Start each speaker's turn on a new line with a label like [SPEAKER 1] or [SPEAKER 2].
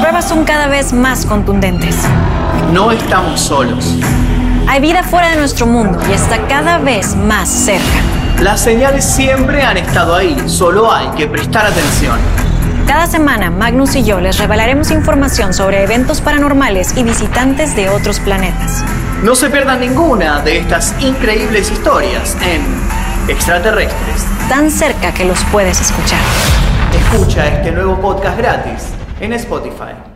[SPEAKER 1] pruebas son cada vez más contundentes.
[SPEAKER 2] No estamos solos.
[SPEAKER 1] Hay vida fuera de nuestro mundo y está cada vez más cerca.
[SPEAKER 2] Las señales siempre han estado ahí, solo hay que prestar atención.
[SPEAKER 1] Cada semana, Magnus y yo les revelaremos información sobre eventos paranormales y visitantes de otros planetas.
[SPEAKER 2] No se pierdan ninguna de estas increíbles historias en Extraterrestres.
[SPEAKER 1] Tan cerca que los puedes escuchar.
[SPEAKER 2] Escucha este nuevo podcast gratis en Spotify.